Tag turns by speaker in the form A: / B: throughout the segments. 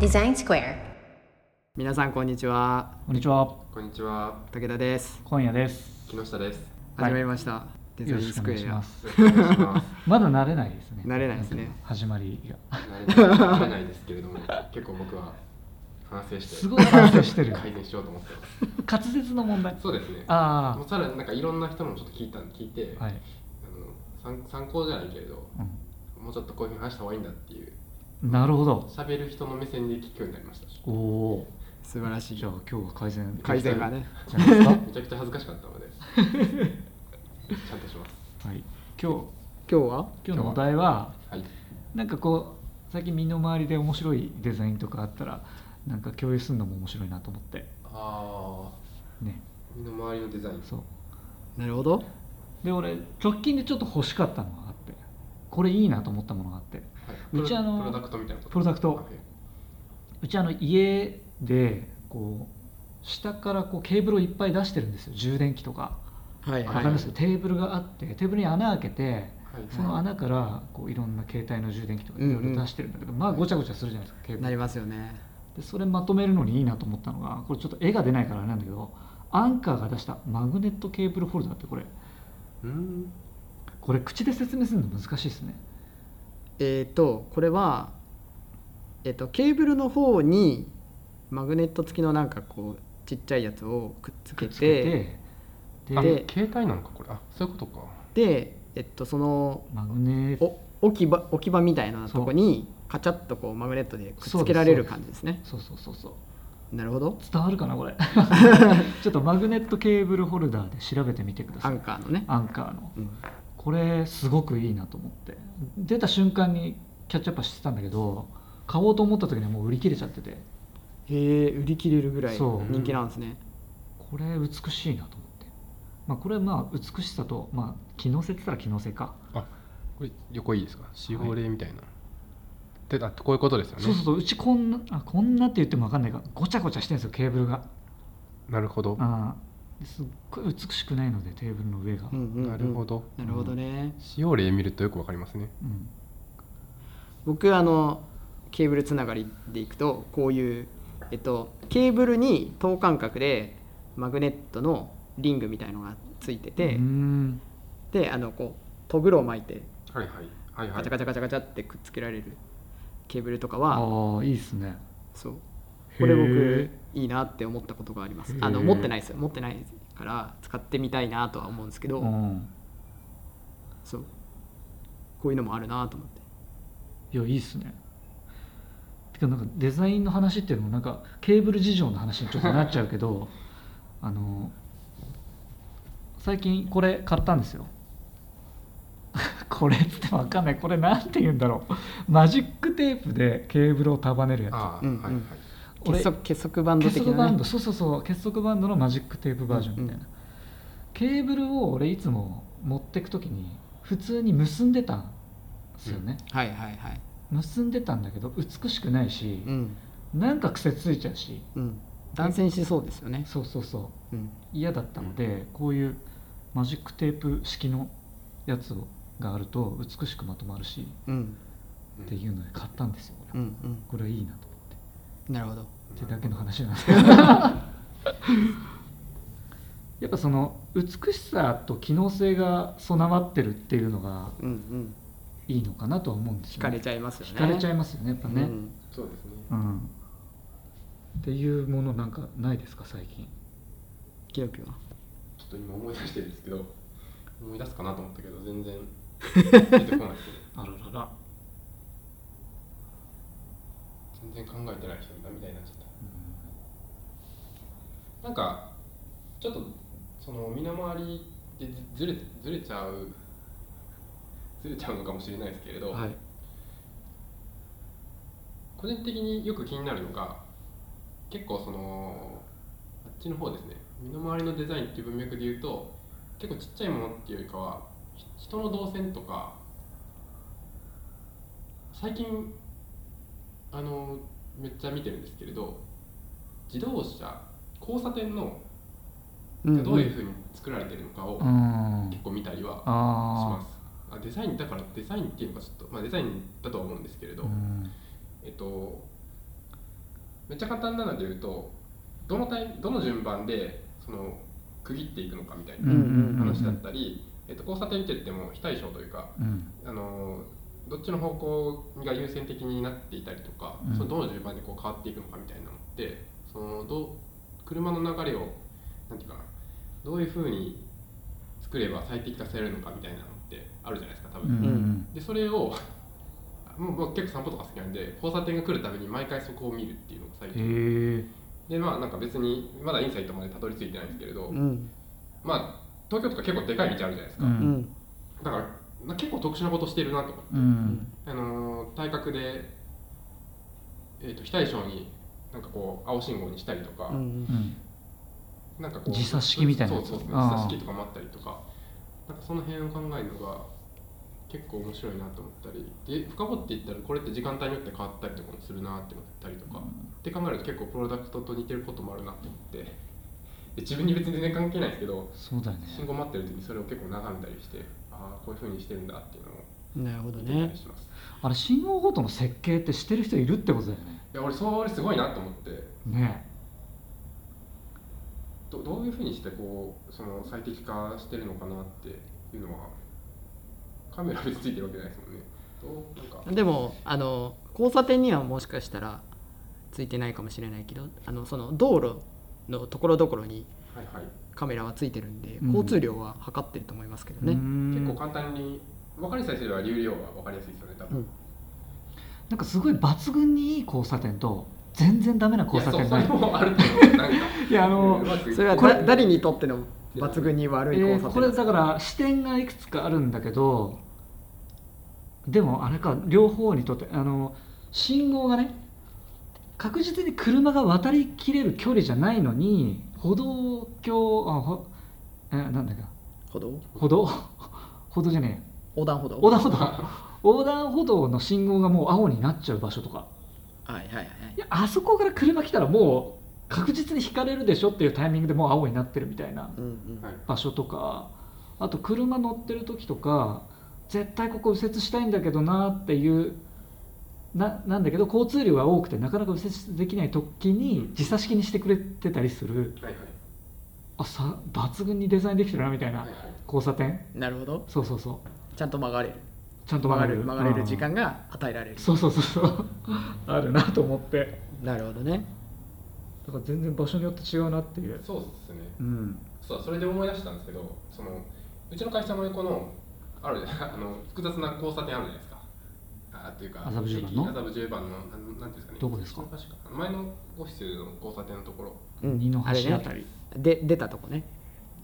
A: デザインスクエア
B: 皆さんこんにちは
C: こんにちは、
D: こんにちは、
B: 武田です
C: 今夜です。
D: 木下です。
C: はい
B: 始まりました、デザインスクエ
C: よろしく
B: ア
C: お願いします。
D: よろしくお願いします。
C: まだ慣れないですね。
B: 慣れないですね
C: 始まりが。
D: 慣れないですけれども、結構僕は反省して、
C: すごい反省してる
D: 改善しようと思ってます。
C: 滑舌の問 題。
D: そうですね。
C: あ
D: もうさらになんかいろんな人のもちょっと聞いた聞いて、
C: あ、はい。
D: あの参参考じゃないけれど、
C: う
D: もうちょっとこういうふうに話した方がいいんだっていう、
C: ん、なるほど。
D: 喋る人の目線で聞くようになりました。
C: おお
B: 素晴ら
C: ー。
B: しい
C: じゃあ今日は改善
B: 改善がね
C: じゃな いです
D: めちゃくちゃ恥ずかしかったの で、ちゃんとします。
C: か。はい。今
B: 今
C: 日
B: 日は
C: 今日のお題は
D: はい。
C: なんかこう最近身の回りで面白いデザインとかあったらなんか共有するのも面白いなと思って
D: ああ、
C: ね。
D: 身の回りのデザイン。
C: そう。
B: なるほど
C: で俺直近でちょっと欲しかったのがあって、これいいなと思ったものがあって、
D: はいう
C: ちあの
D: プロダクトみたいなこと。
C: プロダクト
D: はいう
C: ちあの家でこう下からこうケーブルをいっぱい出してるんですよ充電器とか、
B: はいは
C: わか
B: い
C: りますテーブルがあってテーブルに穴開けて
D: はい
C: その穴からこういろんな携帯の充電器とかいろいろ出してるんだけど、まあごちゃごちゃするじゃないですかケーブ
B: なり
C: ル
B: ますよね
C: でそれまとめるのにいいなと思ったのがこれちょっと絵が出ないからあれなんだけどアンカーが出したマグネットケーブルホルダーってこれ
D: うん。
C: これ口で説明するの難しいですね
B: えっ、とこれはえっ、とケーブルの方にマグネット付きのなんかこうちっちゃいやつをくっつけ
C: つ
B: て
C: けて
D: あ
C: で
B: で
D: 携帯なのかこれあそういうことか
B: でえっとその
C: マグネット
B: お置き場置き場みたいなとこにカチャッとこうマグネットでくっつけられる感じですね
C: そうそうそうそう
B: なるほど
C: 伝わるかな これちょっとマグネットケーブルホルダーで調べてみてくだ
B: ア
C: さい
B: ンカーのね、
C: アンカーの
B: うん
C: これすごくいいなと思って出た瞬間にキャッチアップはしてたんだけど買おうと思った時にはもう売り切れちゃってて
B: へえ売り切れるぐらい
C: そう
B: 人気なんですね
C: これ美しいなと思って、まあ、これまあ美しさと、まあ、機能性って言ったら機能性か、
D: これ横いいですか四方例みたいな、でだってこういうことですよね
C: そうそうそううちこんなあこんなって言っても分かんないからごちゃごちゃしてるんですよケーブルが
D: なるほど
C: あすっごい美しくないのでテーブルの上が、
B: うんうんうん
D: なるほど
B: なるほどね、
D: 使用例見るとよくわかりますね
C: うん
B: 僕あのケーブルつながりでいくとこういう、えっと、ケーブルに等間隔でマグネットのリングみたいのがついてて、
C: うん
B: であのこうトグロを巻いて
D: はいはいはいは
B: ガ
D: い
B: チャガチャガチャガチャってくっつけられるケーブルとか
C: あ
B: は
C: あいいですね
B: そう
C: へー
B: これ僕いいなって思ったことがあります
C: へー
B: あの持ってないですよ持ってないから使ってみたいなとは思うんですけど、
C: うん
B: そうこういうのもあるなと思って
C: いやいいっすねてかなんかデザインの話っていうのもなんかケーブル事情の話にちょっとなっちゃうけど あの最近これ買ったんですよ これっつっても分かんないこれなんて言うんだろうマジックテープでケーブルを束ねるやつ
D: ああ、
B: うん
D: はいはい
C: 俺
B: 結束結束バンド
C: 結
B: 的
C: 束バ
B: な、
C: ン
B: ね
C: ド、そうそうそう結束バンドのマジックテープバージョンみたいな、ケーブルを俺いつも持ってく時に普通に結んでたんですよね、
B: はいはいはい
C: 結んでたんだけど美しくないし、
B: うん
C: なんか癖ついちゃうし
B: うん断線しそうですよね
C: そうそうそう
B: うん
C: 嫌だったので、こういうマジックテープ式のやつをがあると美しくまとまるし
B: うん
C: っていうので買ったんですよ、
B: う
C: 俺は
B: ん
C: これはいいなと思って
B: うんなるほど
C: ってだけの話なんですけど やっぱその美しさと機能性が備わってるっていうのが
B: うんうん
C: いいのかなとは思うんです
B: 惹
C: よ
B: か
C: ね
B: れちゃいますよね
C: 惹かれちゃいますよねやっぱね、
B: うん
D: そうですね
C: うんっていうものなんかないですか最近
B: キノピは
D: ちょっと今思い出してるんですけど思い出すかなと思ったけど全然出てこないですね
C: あららら
D: 全然考えてない人だみたいになっちゃったなんかちょっとその身の回りでずずれずれちゃうずれちゃうのかもしれないですけれど、
B: はい
D: 個人的によく気になるのが結構そのあっちの方ですね身の回りのデザインっていう文脈で言うと結構ちっちゃいものっていうよりかはひ人の動線とか最近あのめっちゃ見てるんですけれど自動車交差点の
B: うん
D: どういうふうに作られてるのかを
C: うん
D: 結構見たりはし
C: あ
D: ます。あデザインだからデザインっていうのがちょっと、まあ、デザインだとは思うんですけれど、
C: あ、うん
D: えっとめっちゃ簡単なので言うとどのタイどの順番でその区切っていくのかみたい
B: うん
D: な
B: うん
D: 話だったり、えっと、交差点見てっても非対称というか
C: うん
D: あのどっちの方向が優先的になっていたりとか、
C: うん
D: そのどの順番でこう変わっていくのかみたいなのってそのどう車の流れをなんていうかなどういうふうに作れば最適化されるのかみたいなのってあるじゃないですか多
C: う
D: 分、
C: んうん
D: でそれを もうもう結構散歩とか好きなんで交差点が来るたびに毎回そこを見るっていうのが最
C: へ
D: 近
C: え
D: でまあなんか別にまだインサイトまでたどり着いてないんですけれど、
B: うん
D: まあ東京とか結構でかい道あるじゃないですか、
C: う
B: うんん
D: だからまあ結構特殊なことしてるなと思って
C: う
B: うんん
D: あのー、体格で、えー、と非対称になんかこう青信号にしたりとか、
B: うん
C: うん
D: なんかこう
C: 時差式みたいなや
D: そ
C: つ
D: うそうそう
C: あー
D: 時差式とかもあったりとかなんかその辺を考えるのが結構面白いなと思ったりで深掘っていったらこれって時間帯によって変わったりとかもするなって思ったりとか、って考えると結構プロダクトと似てることもあるなと思ってで自分に別に全然関係ないですけど
C: そうだよね
D: 信号待ってる時にそれを結構眺めたりしてああこういうふうにしてるんだっていうのを
B: なるほど
D: 見てた
B: ね
D: りします。
C: あれ信号ごとの設計ってしてる人いるってことだよね
D: いや俺それすごいなと思って
C: ね
D: どどういうふうにしてこうその最適化してるのかなっていうのはカメラ別についてるわけじゃないですもんねどうなんか
B: でもあの交差点にはもしかしたらついてないかもしれないけどあのその道路のところどころに
D: はいはい
B: カメラはついてるんで、
C: うん
B: 交通量は測ってると思いますけど
C: うー
B: ね。
C: ん
D: 結構簡単に分かりさえすれば流量は分かりやすいですよね多
B: う
D: 分、
B: ん、
C: なんかすごい抜群にいい交差点と全然ダメな交差点
D: いや
C: ない
D: そうそれもあると思うなんか
C: いやあの
D: うまく
B: それは
D: こ
B: だ誰にとっての抜群に悪い
C: え
B: 交
C: ー
B: 差
C: こ
B: 点
C: れ
B: です
C: だから視点がいくつかあるんだけどでもあれか両方にとってあの信号がね確実に車が渡りきれる距離じゃないのに歩道橋あほえなんだっけ
B: 歩道
C: 歩道 歩道じゃねえや
B: 横断歩道
C: 横断歩道横断歩道の信号がもう青になっちゃう場所とか
B: はいはいはい
C: いやあそこから車来たらもう確実に引かれるでしょっていうタイミングでもう青になってるみたいな
B: うんうん
D: はい
C: 場所とかあと車乗ってる時とか絶対ここ右折したいんだけどなっていうななんだけど交通量が多くてなかなか右折できない時に時差式にしてくれてたりする
D: はいはい
C: あさ抜群にデザインできてるなみたい
D: は
C: ない
D: はい
C: 交差点
B: なるほど
C: そうそうそう
B: ちゃんと曲がれる
C: ちゃんと
B: 曲が
C: 曲が
B: れ
C: る
B: る曲がれる時
C: うん
B: 間が与えられる
C: そうそうそうそう あるなと思って
B: なるほどね
C: だから全然場所によって違うなっていう
D: そうですね
C: うん
D: そうそれで思い出したんですけどそのうちの会社の横のある あの複雑な交差点あるじゃないですかあというか
C: 麻布十番の
D: 麻布十番のあのなんていうんですかね
C: どこですか
D: うちの会社か前のオフィスの交差点のところ
B: うん
C: 二の
B: あれ
C: 橋あた
B: ね
C: り、
B: で出たとこね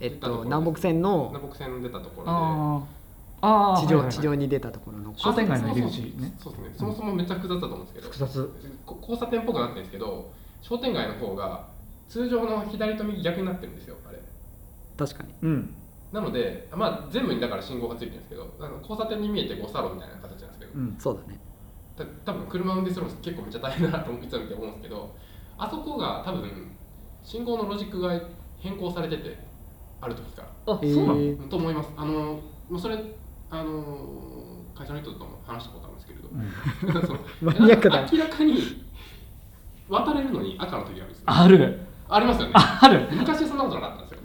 B: えっ
D: 出たとことろ
B: 南北線の
D: 南北線出たところで
C: あーあ
B: 地
C: ーはいはいは
B: 上
C: い
B: 地上に出たところの
C: 商店街の入り口ね
D: そうそうそうですねそもそもめっちゃ複雑だと思うんですけど
C: 複雑
D: こ交差点っぽくなってるんですけど商店街の方が通常の左と右逆になってるんですよあれ
B: 確かに
C: うん
D: なのでまあ全部にだから信号がついてるんですけどあの交差点に見えてこうサロンみたいな形なんですけど、
C: うん
B: そうだね
D: た多分車運転するの結構めっちゃ大変だなと思ってたみたいに思うんですけどあそこが多分信号のロジックが変更されててある時から
C: あ
B: えー
C: そうなの
D: と思いますあのもうそれあの会社の人とも話したことあるんですけれ どその
B: マニアックだ
D: 明らかに渡れるのに赤の時あるんですよ
C: ある
D: ありますよね
C: あある
D: 昔はそんなことなかったんですよ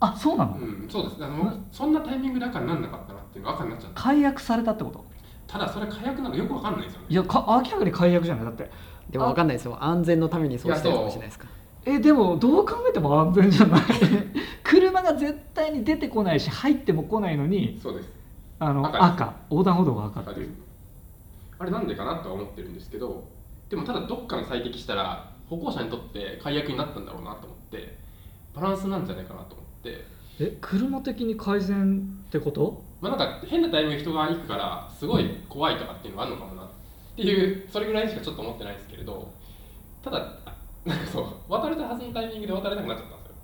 C: あそうなの、
D: うんそうですあ
C: う
D: のそんなタイミングで赤にならなかったなっていうのが赤になっちゃった
C: 解約されたってこと
D: ただそれ火薬なんかよくわかんないですよね
C: いやか明らかに解約じゃないだって
B: でも
C: あ
B: 分かんないですよ安全のためにそうしてるかもしれないですか
C: えでもどう考えても安全じゃない 車が絶対に出てこないし入っても来ないのに
D: そうです
C: あの赤
D: 赤
C: 横断歩道が赤
D: あ
C: っていう
D: れなんでかなとは思ってるんですけどでもただどっかに最適したら歩行者にとって解約になったんだろうなと思ってバランスなんじゃないかなと思って
C: え車的に改善ってこと
D: まあなんか変なタイミングで人が行くからすごい怖いとかっていうのはあるのかもなっていうそれぐらいしかちょっと思ってないですけれどただあなんかそう渡れたはずのタイミングで渡れなくなっちゃったんですよ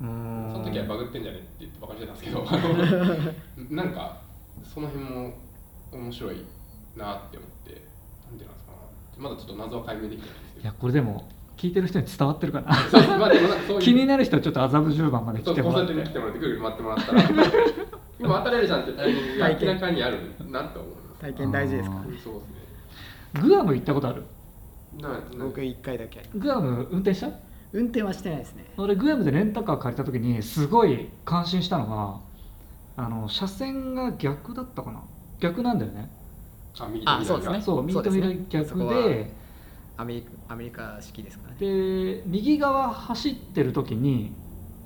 C: うー
D: そ
C: ん
D: の時はバグってんじゃねって言ってバカにしてたんですけどあのなんかその辺も面白いなって思ってなんでなんですかなまだちょっと謎は解明できてないんですけ
C: いやこれでも聞いてる人に伝わってるかな
D: どそうまあでもなんかそういう
C: 気になる人はちょっと麻布十番まで
D: そ
C: 来
D: う
C: ても
D: 交
C: らって
D: 差点に来てもらってぐるぐる回ってもらったら今渡れるじゃんってタイミングが明らかにあるなと思います
B: 体験大事ですから
C: あ
B: ね
D: そうですね
C: グアム行ったことある
D: だからなんか
B: 僕1回だけあります
C: グアム運転した
B: 運転はしてないですね
C: 俺グアムでレンタカー借りた時にすごい感心したのがあの車線が逆だったかな逆なんだよね
D: あ右と
B: あ
D: 左
B: そうです
D: が
B: ね
C: そう右と
B: そうですね
C: 左逆
B: そこ
C: で
B: はアメリカアメリカ式ですからね
C: で右側走ってる時に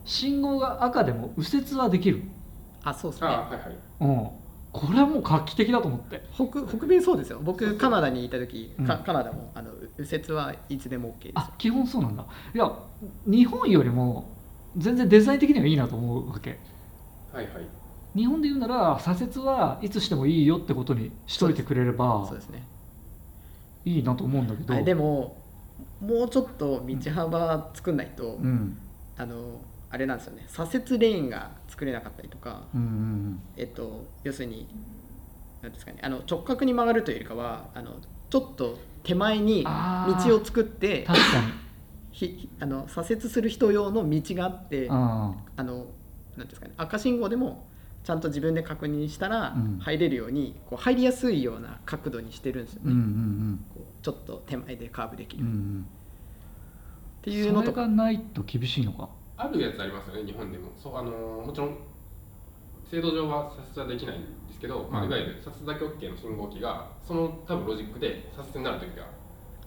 C: 信号が赤でも右折はできる、
B: あそうです
D: あ
B: ね
D: はいはい
C: うん、これはもう画期的だと思って
B: 北北米そうですよ僕カナダにいた時か
C: うん
B: カナダもあの右折はいつでも OK です
C: あ基本そうなんだいや日本よりも全然デザイン的にはいいなと思うわけ
D: はいはい
C: 日本で言うなら左折はいつしてもいいよってことにしといてくれれば
B: そうですね
C: いいなと思うんだけど
B: あでももうちょっと道幅作んないと、
C: うん
B: あのあれなんですよね左折レーンが作れなかったりとか、
C: うんうん
B: えっと、要するになんですか、ね、あの直角に曲がるというよりかはあのちょっと手前に
C: あー
B: 道を作っ
C: うん
B: て
C: 確かに
B: ひひあの左折する人用の道があってあ
C: あ
B: のなんですか、ね、赤信号でもちゃんと自分で確認したら
C: うん
B: 入れるように、こう入りやすいような角度にしてるんですよ
C: う
B: ね、
C: んうん
B: こうちょっと手前でカーブでき
C: うんう
B: る、っ
C: ん
B: ていうのと
C: それ
B: か
C: がないと厳しいのか
D: あるやつありますよね日本でもそうあのーもちろん制度上は左折はできないんですけど、まあ、
C: うん
D: いわゆる左折だけ OK の信号機がその多分ロジックで左折になるときが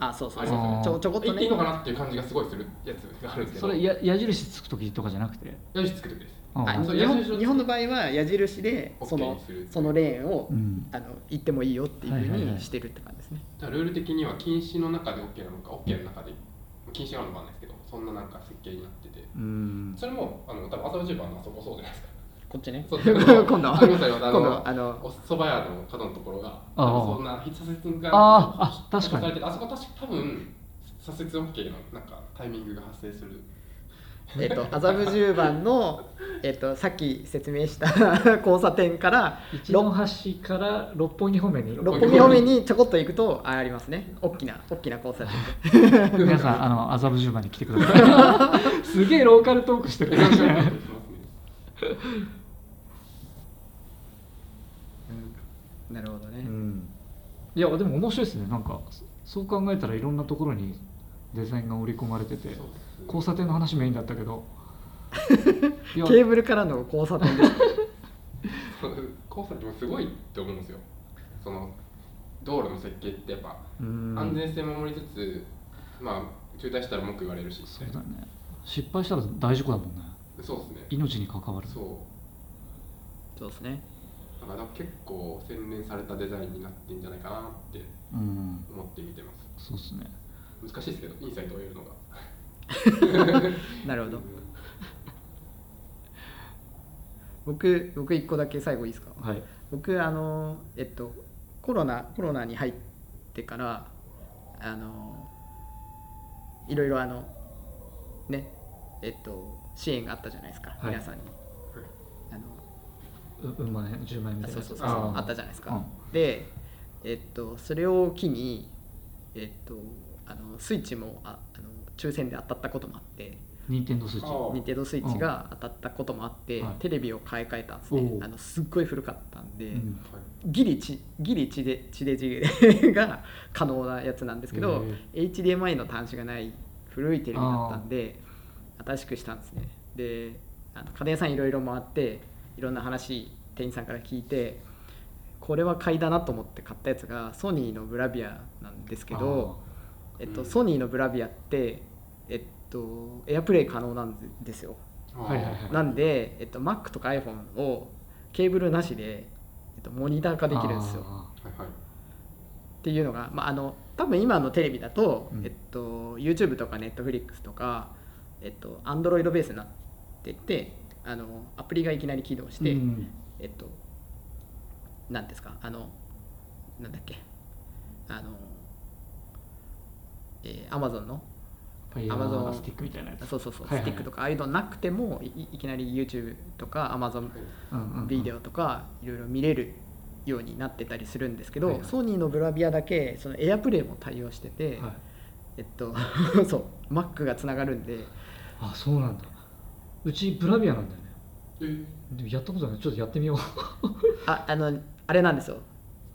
B: あそうそう
D: あり
B: そう
C: ます
B: ち
C: よね
B: ょちょこっと
D: 行ってい
B: ね
D: いのかなっていう感じがすごいするやつがあるんですけど
C: それや矢印つく時とかじゃなくて
D: 矢印つくときです
C: あ
B: あ
C: あ
D: そう
B: 日
D: 矢印を
B: 本日本の場合は矢印で
D: OK
B: その
D: にする
B: そのレーンを、
C: うん
B: あの行ってもいいよっていうふう
C: はいはいは
B: に
C: い
B: してるって感じですね、
D: じゃあルール的には禁止の中で OK なのか OK の中で禁止があるのかわかんないですけどそんななんか設計になってて
C: うん
D: それもあの多分朝 YouTuber のあそこそうじゃないですか
B: こっちね
D: そう
B: 今度
D: ありますありま
B: 今
D: すあの
B: 度はあの
D: おそば屋の角のところが、
C: ああ
D: そんな必殺説が
C: ああ確かに
D: されててあそこ確か多分左折 OK のなんかタイミングが発生する。
B: えっと麻布十番の、えっと、さっき説明した 交差点から
C: 一の橋から六本木方面に
D: 六
B: 六本木方面にちょこっと行くとあありますね大きな大きな交差点
C: 皆さんあの麻布十番に来てくださ いすげえローカルトークしてる
D: しますね
B: なるほどね
C: うんいやでも面白いですねなんかそそう考えたらいろんなところにデザインが織り込まれてて
D: そうです
C: 交差点の話メインだった けどい
B: ケ
C: や
B: ーブルからの交差点です
D: 交差点もすごいと思うんですよ。その道路の設計ってやっぱ、
C: うん
D: 安全性守りつつ、まあ中退したら文句言われるし、
C: そうだね失敗したら大事故だもんね
D: そうですね。
C: 命に関わる
D: そう。
B: そうですね
D: だから結構洗練されたデザインになってんじゃないかなって
C: うん
D: 思って見てます。
C: そうっすね
D: 難しいですけど、インサイトを得るのが。
B: なるほど僕僕一個だけ最後いいですか
C: はい
B: 僕あのえっとコロナコロナに入ってからあのいろいろあのねえっと支援があったじゃないですか、
C: はい
B: 皆さんにあの
C: ううんまい10万円み
B: あ
C: た
B: そうそ
C: いなやつ
B: うそうあったじゃないですか、
C: う
B: でえっとそれを機にえっとあのスイッチもああの抽選で当たったこともあって
C: 任天堂スイッチ
D: ああ
B: 任天堂スイッチが当たったこともあって、
C: はい
B: テレビを買い替えたんですね
C: おう
B: あのすっごい古かったんで、
C: うん
D: はい
B: ギリちギリ地で地デジが可能なやつなんですけど、HDMI の端子がない古いテレビだったんで新しくしたんですねであの家電屋さんいろいろ回っていろんな話店員さんから聞いてこれは買いだなと思って買ったやつがソニーのブラビアなんですけどえっと、
D: うん
B: ソニーのブラビアってえっとエアプレイ可能なんですよ
C: ああはいはいはい
B: なんで、えっと、Mac とか iPhone をケーブルなしで、えっと、モニター化できるんですよ
C: ああ
D: はいはい。
B: っていうのが、まあ、あの多分今のテレビだと、
C: うん
B: えっと、YouTube とか Netflix とか、えっと、Android ベースになっててあのアプリがいきなり起動して、
C: うん
B: えっと何ですかあのなんだっけあの、えー、Amazon の
C: ファイヤ
B: Amazon
C: ースティックみたいなやつ
B: そうそうそう、
C: はいはい
B: スティックとかああいうのなくてもいいきなり YouTube とか Amazon
C: うんうんうん
B: ビデオとかいろいろ見れるようになってたりするんですけど、
C: はいはい
B: ソニーのブラビアだけそのエアプレイも対応してて、
C: はい
B: えっと そう Mac がつながるんで
C: あそうなんだうちブラビアなんだよね
D: え
C: でもやったことないちょっとやってみよう
B: ああのあれなんですよ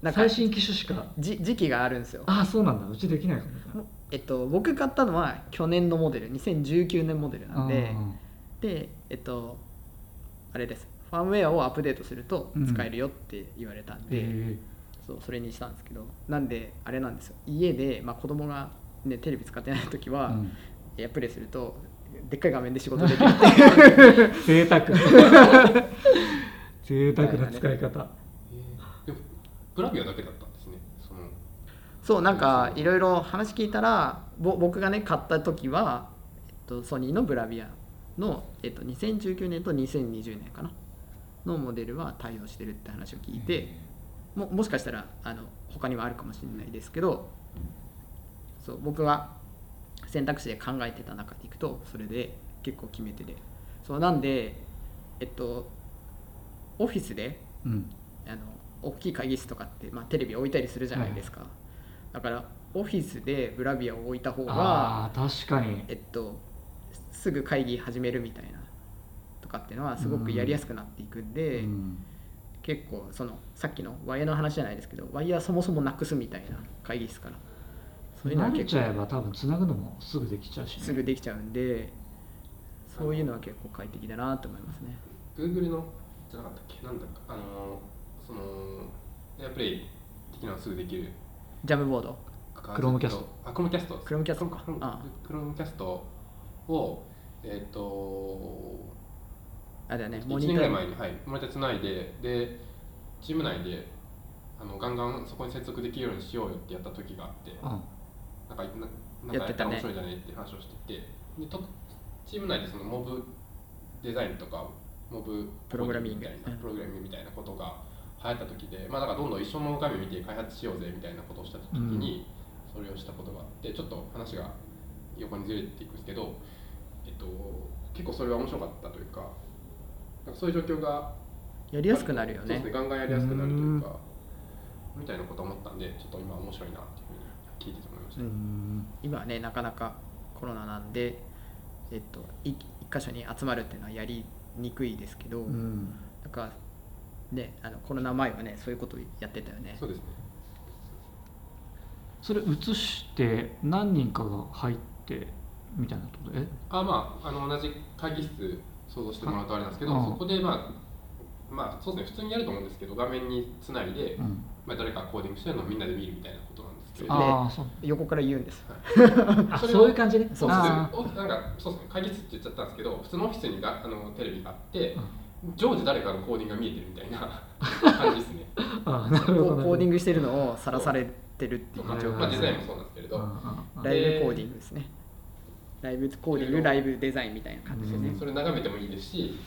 B: なんか
C: 最新機種しか
B: じ時期があるんですよ
C: ああそうなんだうちできないかも
B: もえっと、僕買ったのは去年のモデル2019年モデルなんで
C: うん
B: でえっとあれですファームウェアをアップデートすると
C: うん
B: 使えるよって言われたんで、
C: え
B: そうそれにしたんですけどなんであれなんですよ家で、まあ、子供がねテレビ使ってない時
C: え
B: は、
C: うん
B: いやプレイするとでっかい画面で仕事できるっていう
C: 贅沢贅沢な使い方
D: えーでもブラビアだけだったんですねその
B: そうなんかいろいろ話聞いたらぼ僕がね買った時は、えっと、ソニーのブラビアの、えっと、2019年と2020年かなのモデルは対応してるって話を聞いて、ももしかしたらあの他にはあるかもしれないですけどそう僕は選択肢で考えてた中でいくとそれで結構決め手でそうなんでえっとオフィスで
C: うん
B: あの大きい会議室とかって、まあ、テレビ置いたりするじゃないですか、だからオフィスでブラビアを置いた方が
C: ああ確かに
B: えっとすぐ会議始めるみたいなとかっていうのはすごくやりやすくなっていくんで、
C: うん
B: 結構そのさっきのワイヤーの話じゃないですけどワイヤーそもそもなくすみたいな会議室からそういうのは
C: 慣れ
B: 結
C: ちゃえ
B: 構
C: ば多分つなぐのもすぐできちゃうしね
B: すぐできちゃうんでそういうのは結構快適だなと思いますね
D: Google のじゃなかったっけなんだっけあのーそのエアプレイ的なのすぐできる
B: ジャムボード
C: Chromecast
D: あ Chromecast
B: Chromecast か
D: クロ
B: あ
D: ムキャストをえっ、と
B: あれだね
D: 1
B: モニ
D: 年
B: タ
D: ぐらい
B: ー
D: 前に、はい、モニターつないででチーム内であのガンガンそこに接続できるようにしようよってやった時があって
C: うん
D: なんかななん
B: やっ
D: かや
B: て
D: った
B: た
D: ら
B: ね
D: 面白いんじゃねって話をしててでとチーム内でそのモブデザインとかモブ
B: プログラミング
D: みたいな
B: うん
D: プログラミングみたいなことが流行った時で、まあ、だからどんどん一緒の画面見て開発しようぜみたいなことをした時にそれをしたことがあってちょっと話が横にずれていくんですけど、えっと、結構それは面白かったというかなんかそういう状況が
B: やりやすくなるよ
D: そうで
B: ね
D: すねガンガンやりやすくなるというかみたいなこと思ったんでちょっと今面白いなっていうふうに聞いてて思いました。
C: うん
B: 今はねなかなかコロナなんでえっとい一箇所に集まるっていうのはやりにくいですけど、
C: うん
B: だからねあのコロナ前はねそういうことやってたよね
D: そうですね
C: それ移して何人かが入ってみたいなことで
D: あまああの同じ会議室想像してもらうとあれなんですけど、
C: うん
D: そこでまあまあそうですね普通にやると思うんですけど画面につない
C: え、
D: で、
C: うん、
D: まあ、誰かがコーディングしてるのをみんなで見るみたいなことなんですけど
B: あ
C: ああ そう
B: 横から言うんです
C: あ
D: それを
C: そういう感じね
D: そうです
C: あ
D: ねおなんかそうですね会議室って言っちゃったんですけど普通のオフィスにがあのテレビがあって
C: う
D: 常時誰かのコーディングが見えてるみたいな 感じですね
C: ーあーなる
B: コ
C: ほど
B: ーコーディン
C: グ
B: グしてるのをさらされてるってい
D: と
B: う
D: か、
B: 状
D: ま
B: 況で
D: あ、デ
B: す
D: ザイ
B: ね
D: ンもそうなんですけれど、
B: ライブコーディングですねライブコーディングライブデザインみたいな感じですね、
C: うん
D: それ眺めてもいいですし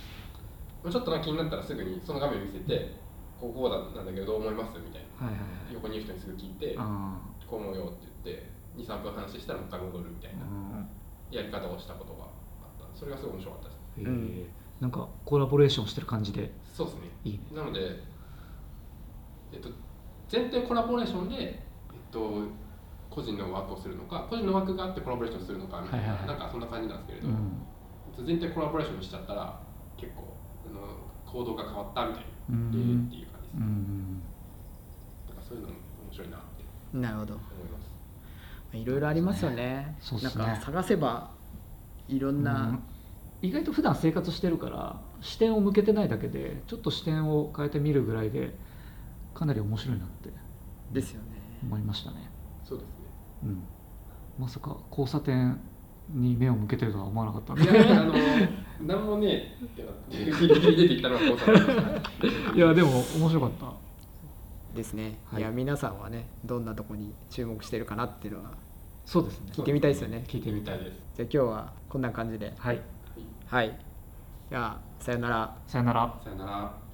D: ちょっとなんか気になったらすぐにその画面見せてこうこうだなんだけどどう思いますみたいな
C: はいはいはい
D: 横にいる人にすぐ聞いて
C: あ
D: こう思うよって言って23分話したらもう一回戻るみたい
C: ー
D: なやり方をしたことがあったそれがすごい面白かったです
C: うん
B: う
C: え
B: ん
C: ーなんかコラボレーションしてる感じで
D: そうですね
C: いいね
D: なので、えっと、前提コラボレーションで、えっと、個人のワークをするのか個人のワークがあってコラボレーションするのかみたいな、
C: はいはいはい
D: なんかそんな感じなんですけれど、
C: うん
D: 全体コラボレーションしちゃったら結構あの行動が変わったみたいな、
C: うん
D: えーっていう感じです
C: う、ん
D: なんかそういうのも面白いなって
B: なるほど
D: 思います
B: いろいろありますよね
C: そうっすね
B: なんか探せばいろんな、
C: うん意外と普段生活してるから視点を向けてないだけでちょっと視点を変えてみるぐらいでかなり面白いなって
B: ですよね、
C: 思いましたね、
D: そうですね
C: うん、まさか交差点に目を向けてるとは思わなかったん
D: い
C: で
D: や、あの、なんもねえってなって、ギリギリ出てきたのはこうさんでした。
C: いやでも面白かった
B: ですね、、
C: はいい
B: や皆さんはねどんなとこに注目してるかなっていうのは
C: そうですね
B: 聞いてみたいですよね
D: 聞いてみたいです。
B: じゃあ今日はこんな感じで
C: はい
B: はいじゃあさよなら
C: さよなら
D: さよなら。